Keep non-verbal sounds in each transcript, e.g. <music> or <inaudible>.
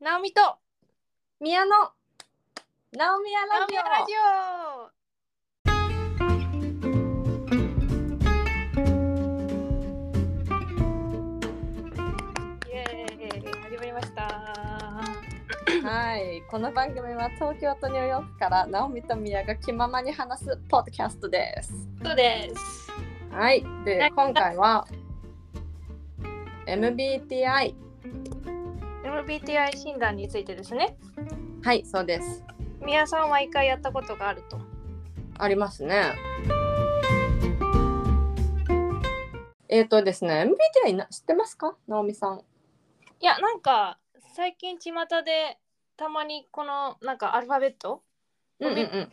ナオミと宮野ナオミヤナラオミジラオジオイエーイ始まりましたはいこの番組は東京とニューヨークからナオミと宮が気ままに話すポッドキャストですそうですはいはでい今回は MBTI MBTI 診断についてですねはいそうですみやさんは一回やったことがあるとありますねえっ、ー、とですね MBTI な知ってますかナオミさんいやなんか最近巷でたまにこのなんかアルファベットうんうん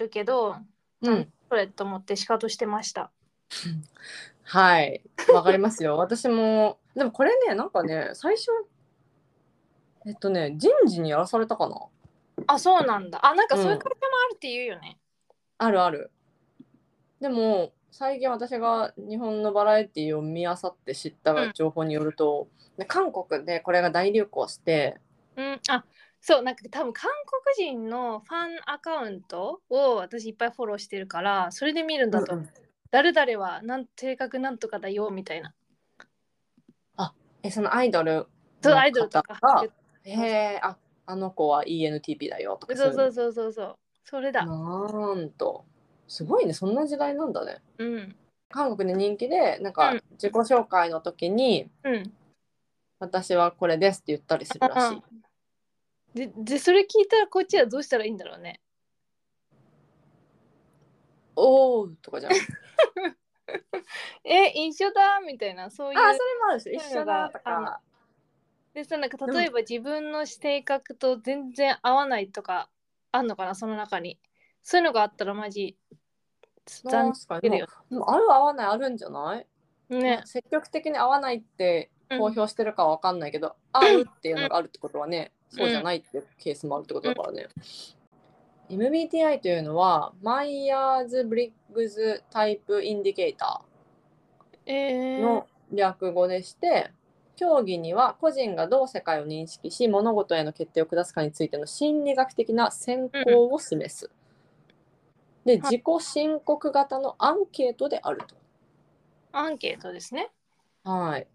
るけどうんうんそれと思ってシカトしてましたはい、わかりま <laughs> すよ。私も、でもこれね、なんかね、最初、えっとね、人事にやらされたかな。あそうなんだあなんかそういううん会社もあるって言うよね、あるある。でも、最近私が日本のバラエティを見あさって知った情報によると、で韓国でこれが大流行して、うん、あそうなんか多分韓国人のファンアカウントを私いっぱいフォローしてるからそれで見るんだと、誰々はなん性格なんとかだよみたいなえそのアイドルそうのアイドルとか方がへえああの子は ENTP だよとかそうそううそうそうそうそれだのなんとすごいねそんな時代なんだねうん韓国で人気でなうんんか自己紹介の時に、うん私はこれですって言ったりするらしい。ででそれ聞いたらこっちはどうしたらいいんだろうねおーとかじゃ <laughs> ん。あー、え一緒だみたいなそういそうれもあるし、一そういう緒のがだとか。でさなんか例えば自分の性格と全然合わないとかあんのかなその中にそういうのがあったらマジ残確か念にだもよう。でもある合わないあるんじゃない、ね積極的に合わないってうん公表してるかは分かんないけど、合うっていうのがあるってことはね、んそうじゃないっていうケースもあるってことだからね。MBTI というのは、マイヤーズ・ブリッグズ・タイプ・インディケータえーー、の略語でして、競技には個人がどう世界を認識し物事への決定を下すかについての心理学的な先行を示す。ではい自己申告型のアンケートであると。アンケートですね。はい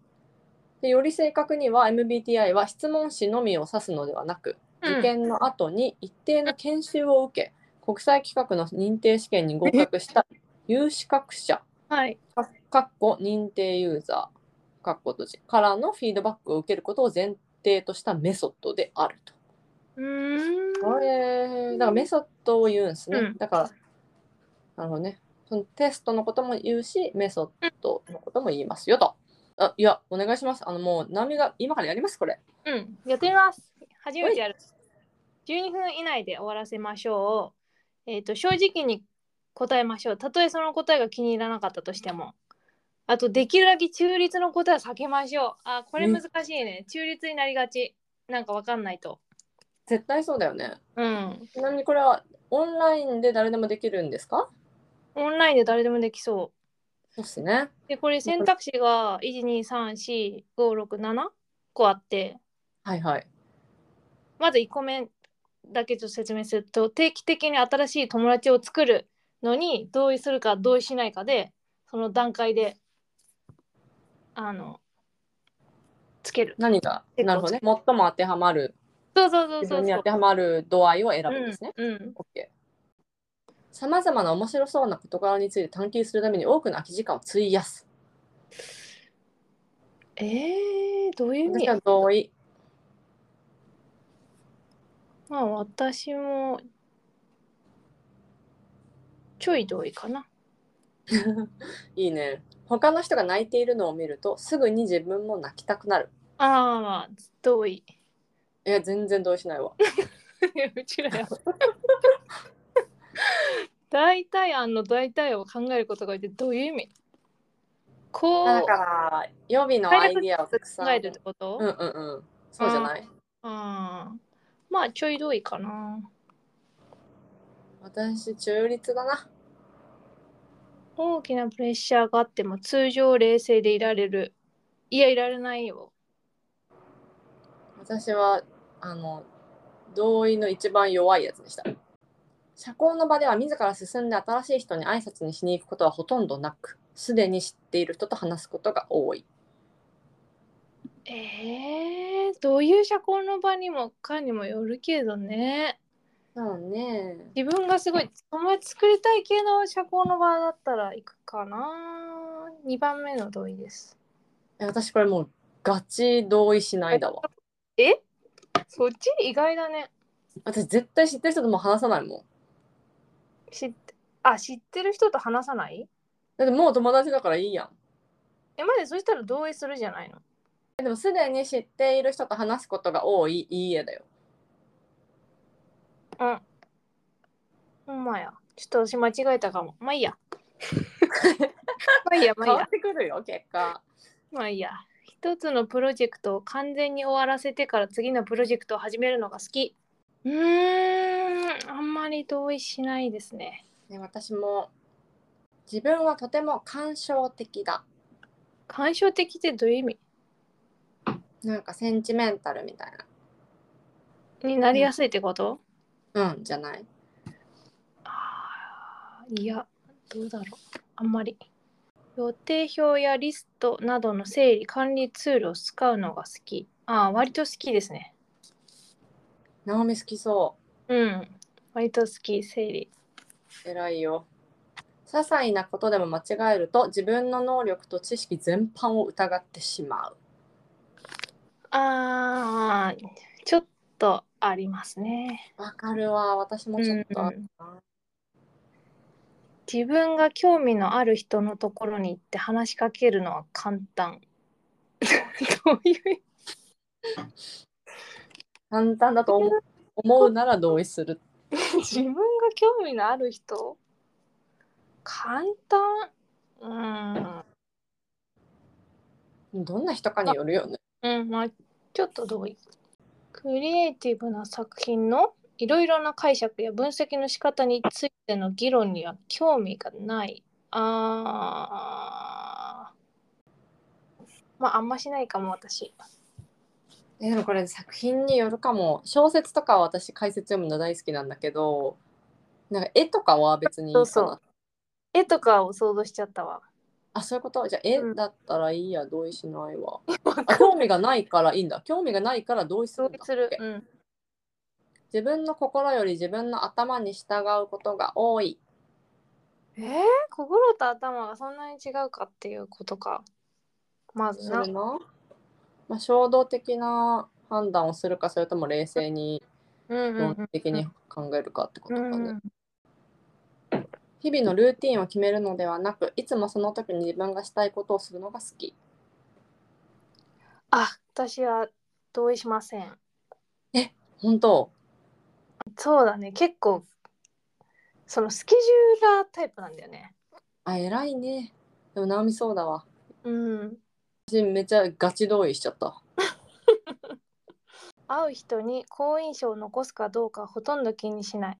でより正確には MBTI は質問紙のみを指すのではなく受験の後に一定の研修を受け国際規格の認定試験に合格した有資格者はい。かかっこ認定ユーザーかっこ閉じからのフィードバックを受けることを前提としたメソッドであると。うーん。これだからメソッドを言うんですね。うんだからなるほどね。そのテストのことも言うしメソッドのことも言いますよと。あいやお願いします。あのもう波が今からやりますこれ。うん。やってみます。初めてやる。12分以内で終わらせましょう。えっ、と、正直に答えましょう。たとえその答えが気に入らなかったとしても。あと、できるだけ中立の答えは避けましょう。あ、これ難しいね。中立になりがち。なんかわかんないと。絶対そうだよね。うん。ちなみにこれはオンラインで誰でもできるんですか？オンラインで誰でもできそそうですね。う。で、これ選択肢が1、2、3、4、5、6、7個あって。はいはい。まず1個目だけちょっと説明すると定期的に新しい友達を作るのに同意するか同意しないかでその段階であのつける何が結構なるほどね。最も当てはまるそうそうそう自そ分うにそ当うてはまる度合いを選ぶんですね。うんうん、 OK。さまざまな面白そうな事柄について探求するために多くの空き時間を費やす。えー、どういう意味私は同意。まあ私もちょい同意かないいね。他の人が泣いているのを見るとすぐに自分も泣きたくなる。あーまあ同意いや全然同意しないわ。うちらや大体案の大体を考えることがでどういう意味こうだから予備のアイディアをたくさん。考えるってこと、うんうんうん。そうじゃない。あーまあちょいどいかな。私中立だな。大きなプレッシャーがあっても通常冷静でいられる。いやいられないよ。私はあの同意の一番弱いやつでした。社交の場では自ら進んで新しい人に挨拶にしに行くことはほとんどなく、すでに知っている人と話すことが多い。えー、どういう社交の場にもかにもよるけどねそうね。自分がすごい友達作りたい系の社交の場だったら行くかな2番目の同意ですえ私これもうガチ同意しないだわ。えそっち意外だね私絶対知ってる人ともう話さないもん。知ってあ知ってる人と話さないだってもう友達だからいいやん。えまでそしたら同意するじゃないのえでもすでに知っている人と話すことが多いいいえだよ。うんほんまやちょっと私間違えたかもまあいい <laughs> やまあいいやまあい変いわやってくるよ結果。まあいいや一つのプロジェクトを完全に終わらせてから次のプロジェクトを始めるのが好きうーんあんまり同意しないですねね、私も自分はとても感傷的だ感傷的ってどういう意味なんかセンチメンタルみたいになりやすいってこと、なうんじゃないあーいやどうだろうあんまり予定表やリストなどの整理管理ツールを使うのが好きああ割と好きですねナオミ好きそうん割と好き整理う偉いよ些細なことでも間違えると自分の能力と知識全般を疑ってしまうあーちょっとありますね、わかるわ私もちょっと、うん自分が興味のある人のところに行って話しかけるのは簡単 <laughs> どういう簡単だと思う思うなら同意する <laughs> 自分が興味のある人簡単うんどんな人かによるよねうん、まあちょっと同意。クリエイティブな作品のいろいろな解釈や分析の仕方についての議論には興味がない。あーまああんましないかも私。えでもこれ作品によるかも小説とかは私解説読むの大好きなんだけどなんか絵とかは別にいいかなそうそう絵とかを想像しちゃったわ。あ、そういうことじゃあ、絵うんだったらいいや、同意しない <laughs> わ。あ興味がないからいいんだ。興味がないから同意す同るん意だ。するう OK。ん。自分の心より自分の頭に従うことが多い。えー、心と頭がそんなに違うかっていうことか。まずそなれ。な。まあ、衝動的な判断をするか、それとも冷静に、うんうん論う理ん的に考えるかってことうかんうね。ん。日々のルーティンを決めるのではなく、いつもその時に自分がしたいことをするのが好き。あ私は同意しません。本当そうだね結構そのスケジューラータイプなんだよねあ、偉いね。でも、直美そうだわ。うん私、めちゃガチ同意しちゃった。会う人に好印象を残すかどうかほとんど気にしない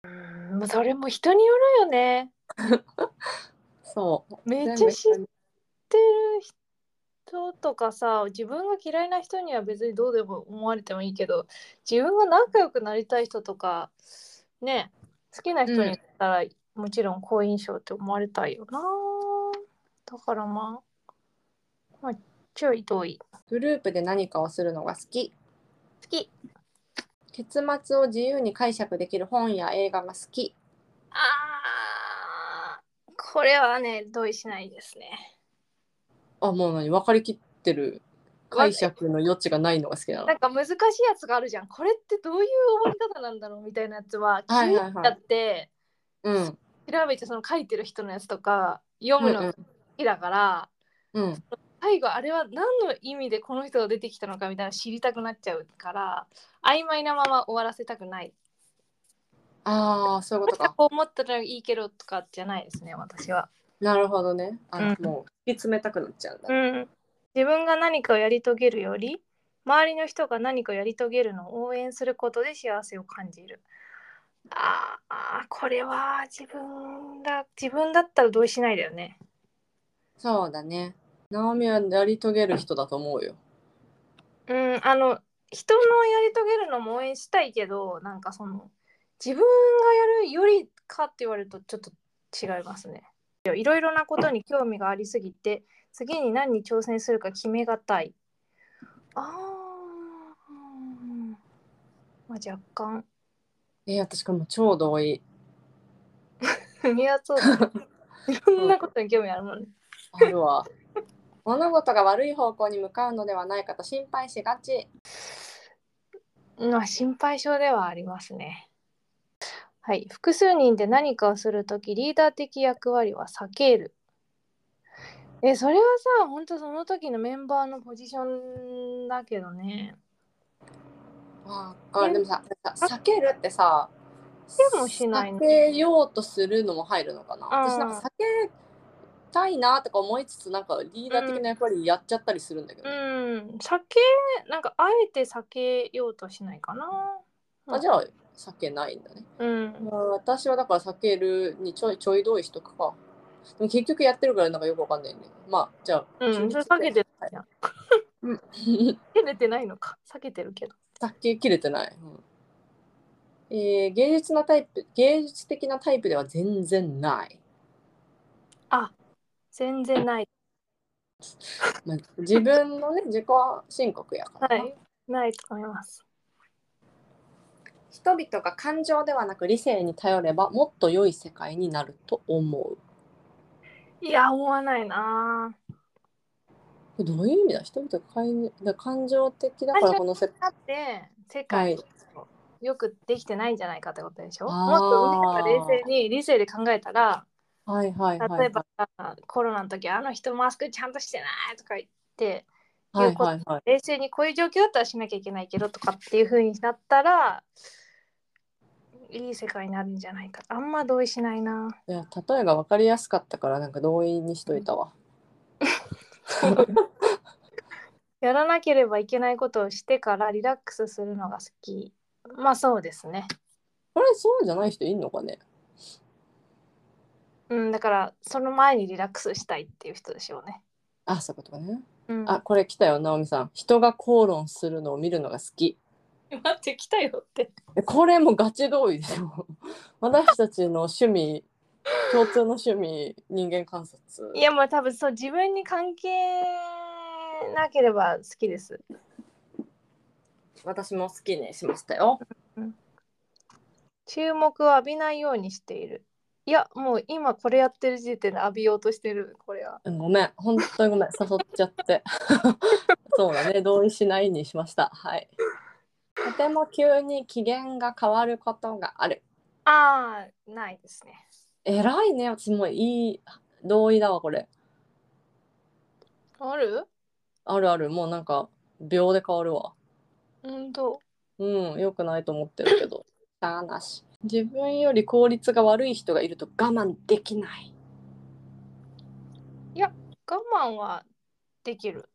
うんそれも人によるよねそう。めっ全ち部ゃ知ってる人とかさ自分が嫌いな人には別にどうでも思われてもいいけど自分が仲良くなりたい人とかね好きな人に言ったら、もちろん好印象って思われたいよなだからまあまあちょい遠いグループで何かをするのが好き。好き結末を自由に解釈できる本や映画が好き。あーこれはね同意しないですねあ、もう何分かりきってる。解釈の余地がないのが好きなのな。んか難しいやつがあるじゃんこれってどういう終わり方なんだろうみたいなやつは気はいにはいなっちゃってうん。調べてその書いてる人のやつとか読うむんのうがん好きだから、うん。最後あれは何の意味でこの人が出てきたのかみたいなの知りたくなっちゃうから曖昧なまま終わらせたくないああ、そういうことか。こう思ったらいいけどとかじゃないですね私は。 <laughs> なるほどね。あ、うんもう、引き詰めたくなっちゃうんだ。うん、自分が何かをやり遂げるより周りの人が何かをやり遂げるのを応援することで幸せを感じる。あーあーこれは自分だ自分だったら同意しないだよね。そうだね。ナオミはやり遂げる人だと思うよ。うんあの人のやり遂げるのも応援したいけどなんかその自分がやるよりかって言われるとちょっと違いますね。いろいろなことに興味がありすぎて次に何に挑戦するか決めがたい。あーまあ若干。 <laughs> えー、私これもう超同意。いやそうだねいろんなことに興味あるもんね。あるわ。物事が悪い方向に向かうのではないかと心配しがち。まあ心配性ではありますね。はい、複数人で何かをするときリーダー的役割は避ける。えそれはさ本当その時のメンバーのポジションだけどね。わかる。でもさ、さ避けるってさ、でもしないね避けようとするのも入るのかな。うん私なんか避けたいなとか思いつつ、なんかリーダー的な役割やっちゃったりするんだけどう。ん避けなんかあえて避けようとしないかな。あじゃあ避けないんだね。うん。まあ私はだから避けるにちょいちょい同意しとくか。でも結局やってるからなんかよくわかんないね。まあじゃあ、うん、それ避けてるじゃん。 <laughs> 避避けてないのか。避けてるけど。けきれてない。うんえー芸術なタイプ芸術的なタイプでは全然ない、全然ない。まあ、自分のね自己申告やからはな、い。ないと思います。人々が感情ではなく理性に頼ればもっと良い世界になると思うこいや、思わないな。れどういう意味だ人々が感だから感情的だからこの世界だって、世は界、いよくできてないんじゃないかってことでしょ。あもーっとね冷静に、理性で考えたら、はいはいはい例えば、コロナの時、あの人マスクちゃんとしてないとか言って、はいはいはい冷静にこういう状況だったらしなきゃいけないけどとかっていう風になったらいい世界になるんじゃないかあんま同意しないないや例えが分かりやすかったからなんか同意にしとい <laughs> たわ。やらなければいけないことをしてからリラックスするのが好きまあそうですねこれそうじゃない人いんのかねうんだからその前にリラックスしたいっていう人でしょうねあそういうことかね。うんあこれ来たよ直美さん。人が口論するのを見るのが好き。 <laughs> 待って来たよってえこれもガチ同意ですよ。 <laughs> 私たちの趣味共通の趣味人間観察。いやもう多分そう自分に関係なければ好きです私も好きにしましたよ。注目を浴びないようにしているいやもう今これやってる時点で浴びようとしてるこれはうんごめん本当にごめん誘っちゃって。 <laughs> そうだね同意しないにしました。はい。とても急に機嫌が変わることがある。ああ、ないですね。偉いね私もいい同意だわこれあるあるあるもうなんか秒で変わるわ本当。うんよくないと思ってるけどしゃあなし自分より効率が悪い人がいると我慢できない我慢はできる。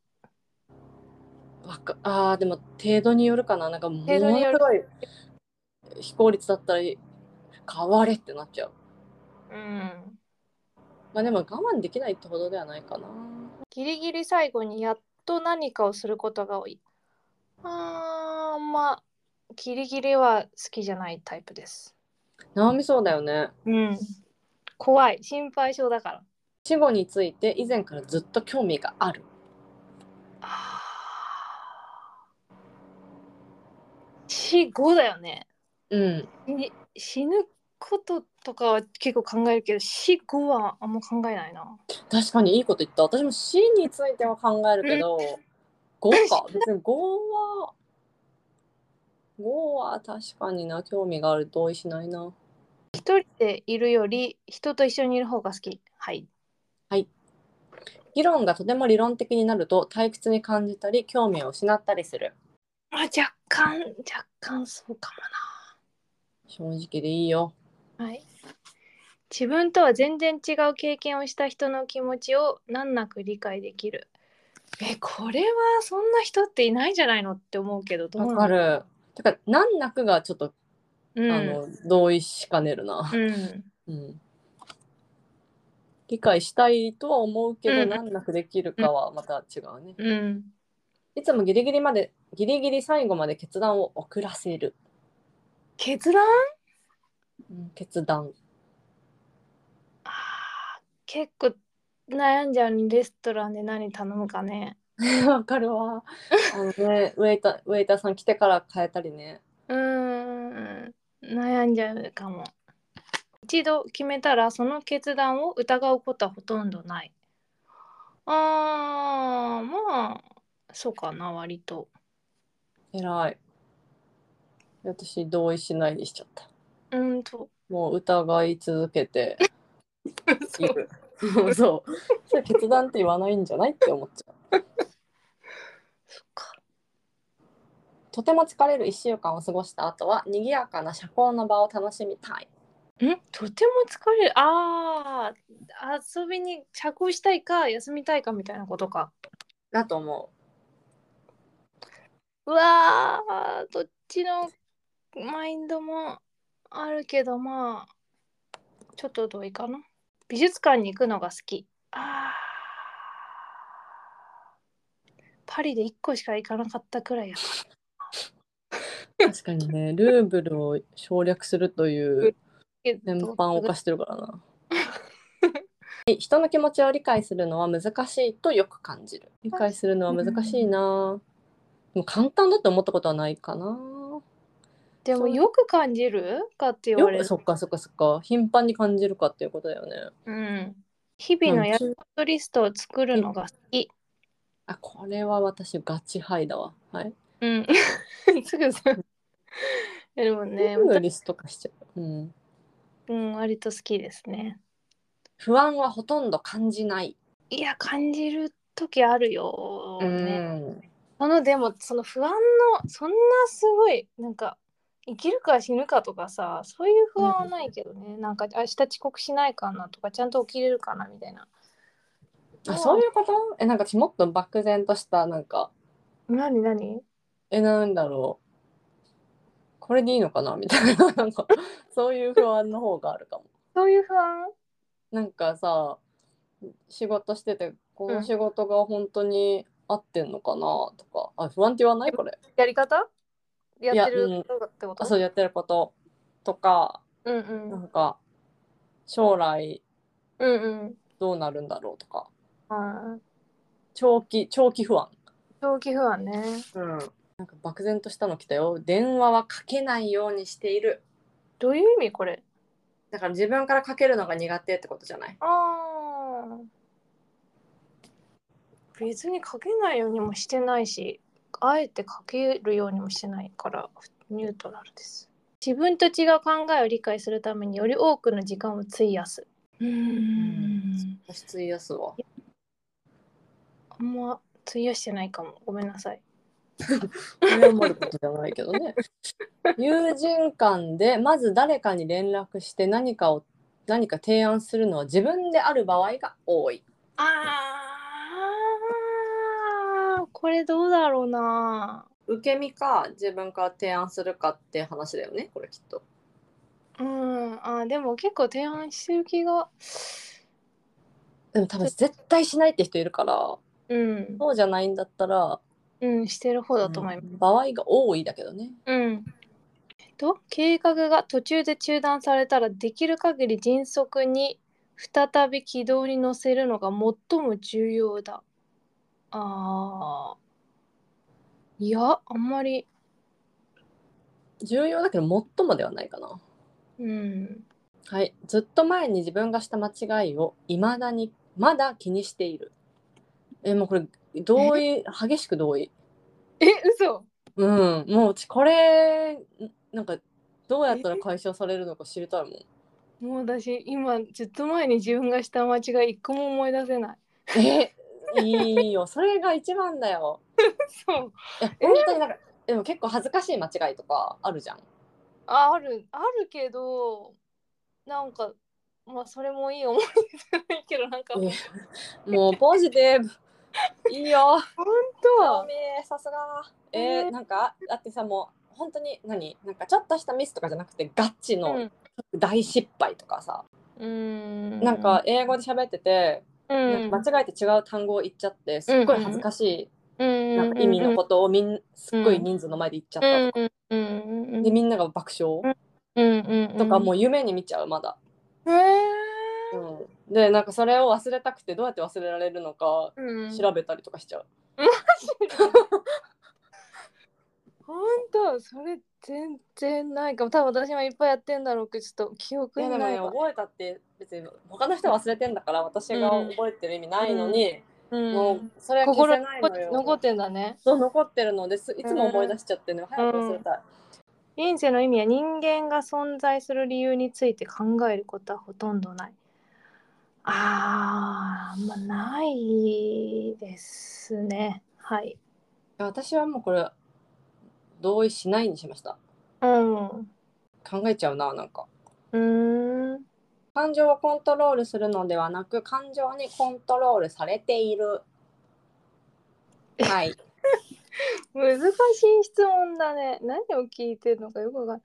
わかあーでも程度によるかななんかものす程度によるごい非効率だったら変われってなっちゃううん。まあでも我慢できないってほどではないかなギリギリ最後にやっと何かをすることが多い。あーあんまギリギリは好きじゃないタイプです。直美そうだよねうん。怖い。心配性だから。死後について以前からずっと興味があるあー死後だよね。うんに死ぬこととかは結構考えるけど死後はあんま考えないな。確かにいいこと言った私も C については考えるけど5か別に5は5は確かにな興味がある同意しないな一人でいるより人と一緒にいる方が好き。はい。議論がとても理論的になると退屈に感じたり興味を失ったりするまあ、若干、若干そうか正直でいいよもな。はい。自分とは全然違う経験をした人の気持ちを難なく理解できる。え、これはそんな人っていないんじゃないのって思うけど、どうわなのか。るだから難なくがちょっと、うん。あの同意しかねるな、うん。うん、理解したいとは思うけど、うん難なくできるかはまた違うねうん。いつもギリギリまでギリギリ最後まで決断を遅らせる、決断うん決断あー結構悩んじゃうねレストランで何頼むかね。 <laughs> わかるわ。あのね、ウェイター、ウェイターさん来てから変えたりね。うーん悩んじゃうかも。一度決めたらその決断を疑うことはほとんどない。あーまあそうかな割と。偉い。私、同意しないにしちゃった。うんと。もう疑い続けている。 <laughs> そう。それ決断って言わないんじゃないって思っちゃう。そっか。とても疲れる1週間を過ごした後は、賑やかな社交の場を楽しみたい。んとても疲れる。ああ遊びに着工したいか休みたいかみたいなことか。だと思うわーどっちのマインドもあるけどまあちょっとどういかな美術館に行くのが好きあーパリで1個しか行かなかったくらいやかう。確かにね、ルーブルを省略するというら全般を犯してるからな。はい人の気持ちを理解するのは難しいとよく感じる。理解するのは難しいな。でも簡単だと思ったことはないかな。でもよく感じるかって言よわれくるそっかそっかそっか頻繁に感じるかっていうことだよね。うん、日々のやることリストを作るのが好き、あこれは私ガチハイだわ。はい。 <laughs> うん、すぐさでもね、全部リスト化しちゃう。うん。うん、割と好きですね不安はほとんど感じない。いや感じる時あるよ、うねん。そのでもその不安のそんなすごいなんか生きるか死ぬかとかさそういう不安はないけどね、なんか明日遅刻しないかなとかちゃんと起きれるかなみたいなあそういうこと？えなんか私もっと漠然としたなんか何何えなんだろう。これでいいのかなみたいな <laughs> なんかそういう不安の方があるかも。そういう不安なんかさ仕事しててこうのん仕事が本当に合ってんのかなとか、あ不安って言わないこれやり方ややってうんることってこあそとうやってることとかうんうなんんか将来うんうんどうなるんだろうとかあー長期長期不安、長期不安ねうん、なんか漠然としたの来たよ電話はかけないようにしているどういう意味これだから自分からかけるのが苦手ってことじゃないあー別にかけないようにもしてないしあえてかけるようにもしてないからニュートラルです自分と違う考えを理解するためにより多くの時間を費やすうーん私費やすわあんま費やしてないかもごめんなさい謝ることじゃないけど <laughs> ね友人間でまず誰かに連絡して何かを何か提案するのは自分である場合が多いあーこれどうだろうな受け身か自分から提案するかって話だよねこれきっとうんあでも結構提案してる気がでも多分絶対しないって人いるからうん、そうじゃないんだったらうん、してる方だと思います、場合が多いだけどねうん。えっと、計画が途中で中断されたらできる限り迅速に再び軌道に乗せるのが最も重要だ。あーいやあんまり重要だけど最もではないかなうんはいずっと前に自分がした間違いをいまだにまだ気にしているえもうこれ同意激しく同意え嘘うん、もううちこれなんかどうやったら解消されるのか知りたいもん。もう私今ずっと前に自分がした間違い一個も思い出せないえいいよそれが一番だよ。そういや本当になんかでも結構恥ずかしい間違いとかあるじゃん。ああるあるけどなんかまあそれもいい思い出じゃないけどなんかえ本もうポジティブいいよ。当おはめえさすが。えーなんかだってさもう本当に何なんかちょっとしたミスとかじゃなくてガチの大失敗とかさ、うんなんか英語で喋ってて、うんなんか間違えて違う単語を言っちゃってすっごい恥ずかしいうんなんか意味のことをみんすっごういん人数の前で言っちゃったとか、うんうんうんでみんなが爆笑うんうんうんとかもう夢に見ちゃうまだ、へーうん、でなんかそれを忘れたくてどうやって忘れられるのかうん調べたりとかしちゃう、本当それ全然ないかも多分私もいっぱいやってんだろうけどちょっと記憶いにやでもなねいわ覚えたって別に他の人は忘れてんだから私が覚えてる意味ないのに、うんもうそれは消心せにない残っのてよ残ってんだねそう残ってるのですいつも思い出しちゃってね、早く忘れたい、人生の意味や人間が存在する理由について考えることはほとんどない。あー、あんまないですね。はい。私はもうこれ同意しないにしましたうん。う考えちゃうななんかーん。感情をコントロールするのではなく感情にコントロールされているはい難しい質問だね。何を聞いてるのかよくわかんない。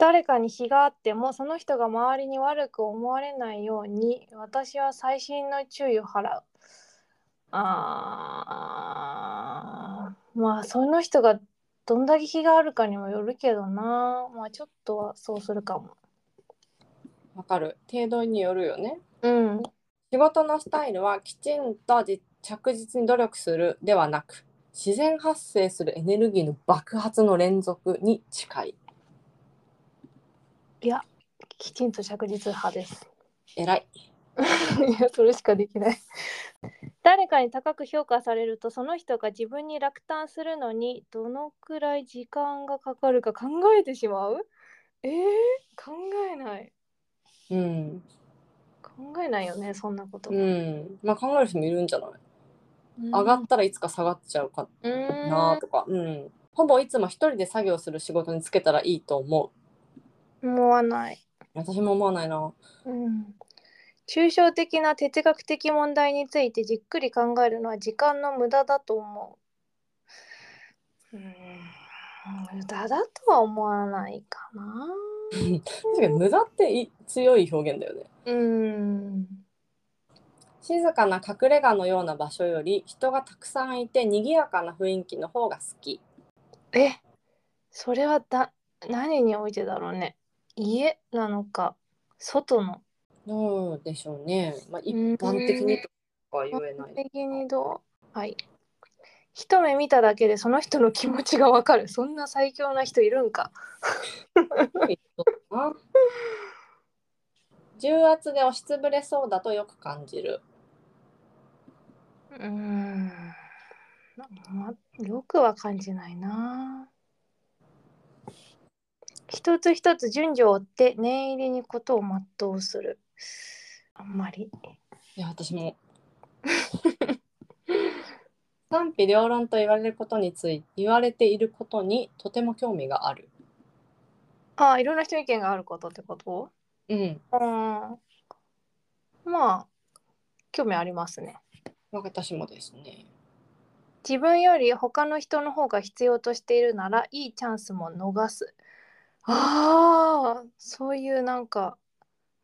誰かに非があってもその人が周りに悪く思われないように私は細心の注意を払う。あーまあその人がどんだけ非があるかにもよるけどな。まあちょっとはそうするかも。わかる程度によるよねうん。仕事のスタイルはきちんとじ着実に努力するではなく自然発生するエネルギーの爆発の連続に近いいや、きちんと着実派です。偉いいや、それしかできない。誰かに高く評価されると、その人が自分に落胆するのに、どのくらい時間がかかるか考えてしまうえー、考えない。うん、考えないよね、そんなこと。うん、まあ考える人もいるんじゃない、うん上がったらいつか下がっちゃうかうーんなとか、うん、ほぼいつも一人で作業する仕事につけたらいいと思思わない。う私も思わないなうん。抽象的な哲学的問題についてじっくり考えるのは時間の無駄だと思う。うーん、無駄だとは思わないかな。確かに無駄ってい強い表現だよねうん。静かな隠れ家のような場所より人がたくさんいて賑やかな雰囲気の方が好きえそれはだ何においてだろうね家なのか外のどうでしょうね、まあ、一般的にとか言えない的にどうはい一目見ただけでその人の気持ちがわかるそんな最強な人いるんかな <laughs> 重圧で押しつぶれそうだとよく感じるうーん、ま、よくは感じないな一つ一つ順序を追って念入りにことを全うするあんまりいや私も <laughs> 賛否両論と言われることについ言われていることにとても興味があるああいろんな人の意見があることってことうんうんまあ興味ありますね。私もですね自分より他の人の方が必要としているならいいチャンスも逃す。ああそういうなんか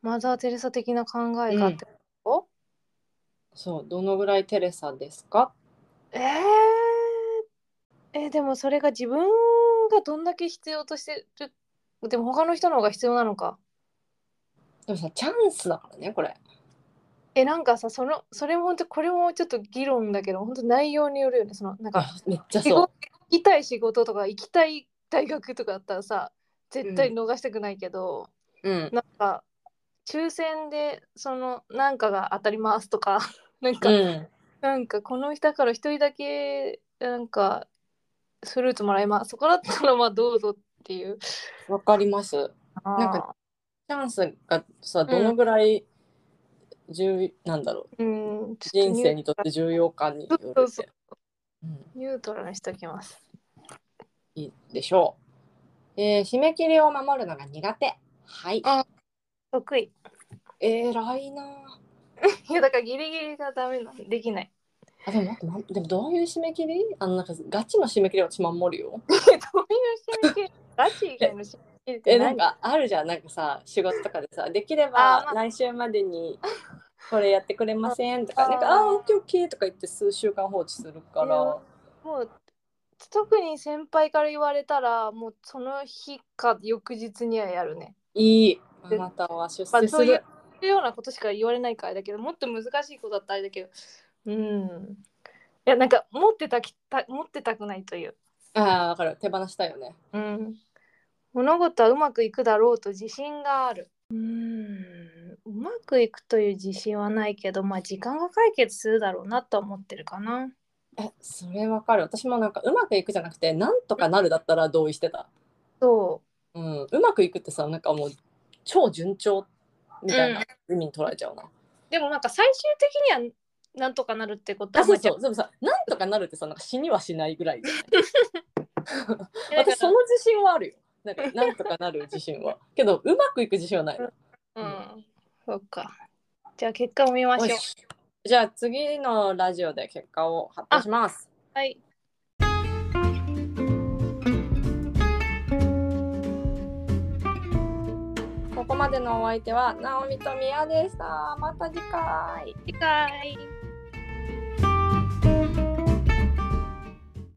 マザー・テレサ的な考えがあってこと、そうどのぐらいテレサですかえー、えでもそれが自分がどんだけ必要としてるでも他の人の方が必要なのか。でもさチャンスだからねこれえなんかさそのそれも本当これもちょっと議論だけど本当内容によるよねそのなんかあめっちゃ仕そう事行きたい仕事とか行きたい大学とかあったらさ絶対逃したくないけど、うん、なんか抽選でそのなんかが当たりますとか <laughs> なんか、うん、なんかこの人だから一人だけなんかフルーツもらいますそこだったらまあどうぞっていうわかります。なんかチャンスがさ、どのぐらい重、なんだろう、うんちょっと人生にとって重要かによるそうっそうて、うん、ニュートラルにしときますいいでしょう。えー、締め切りを守るのが苦手。はい。あ得意えらいなあ。いやだからギリギリがダメなのできない <laughs> あでも待ってなんでもどういう締め切りあのなんかガチの締め切りは私守るよ。どういう締め切りガチ以外の締め切りっえてなん何かあるじゃんなんかさ仕事とかでさできれあーばまあ来週までにこれやってくれませんとあーか、なんか、 <laughs> ああー、オッケーオッケーとか言って数週間放置するかうんら、もう特に先輩から言われたらもうその日か翌日にはやるね。いい、あなたは出ま世あ、すそういるう。そういうようなことしか言われないからあれだけどもっと難しいことだったらあれだけどうんいやなんか持ってたきた持ってたくないという、ああ、わかる。手放したよね。うん、物事はうまくいくだろうと自信があるうんうまくいくという自信はないけどまあ時間が解決するだろうなとは思ってるかなえ、それわかる。私もなんか、うまくいくじゃなくて、なんとかなるだったら同意してた。そうん、うまくいくってさ、なんかもう、超順調みたいな意味に捉えちゃうな。うでもなんか最終的にはなんとかなるってことあ、はそうまあそう。でもさ、なんとかなるってさ、なんか死にはしないぐらいじゃない。じゃあ私その自信はあるよ。なんかなんとかなる自信は。 <laughs> けどうまくいく自信はないの。うんそっかじゃあ結果を見ましょようしじゃあ次のラジオで結果を発表します。はいここまでのお相手はナオミとミヤでした。また次回。次回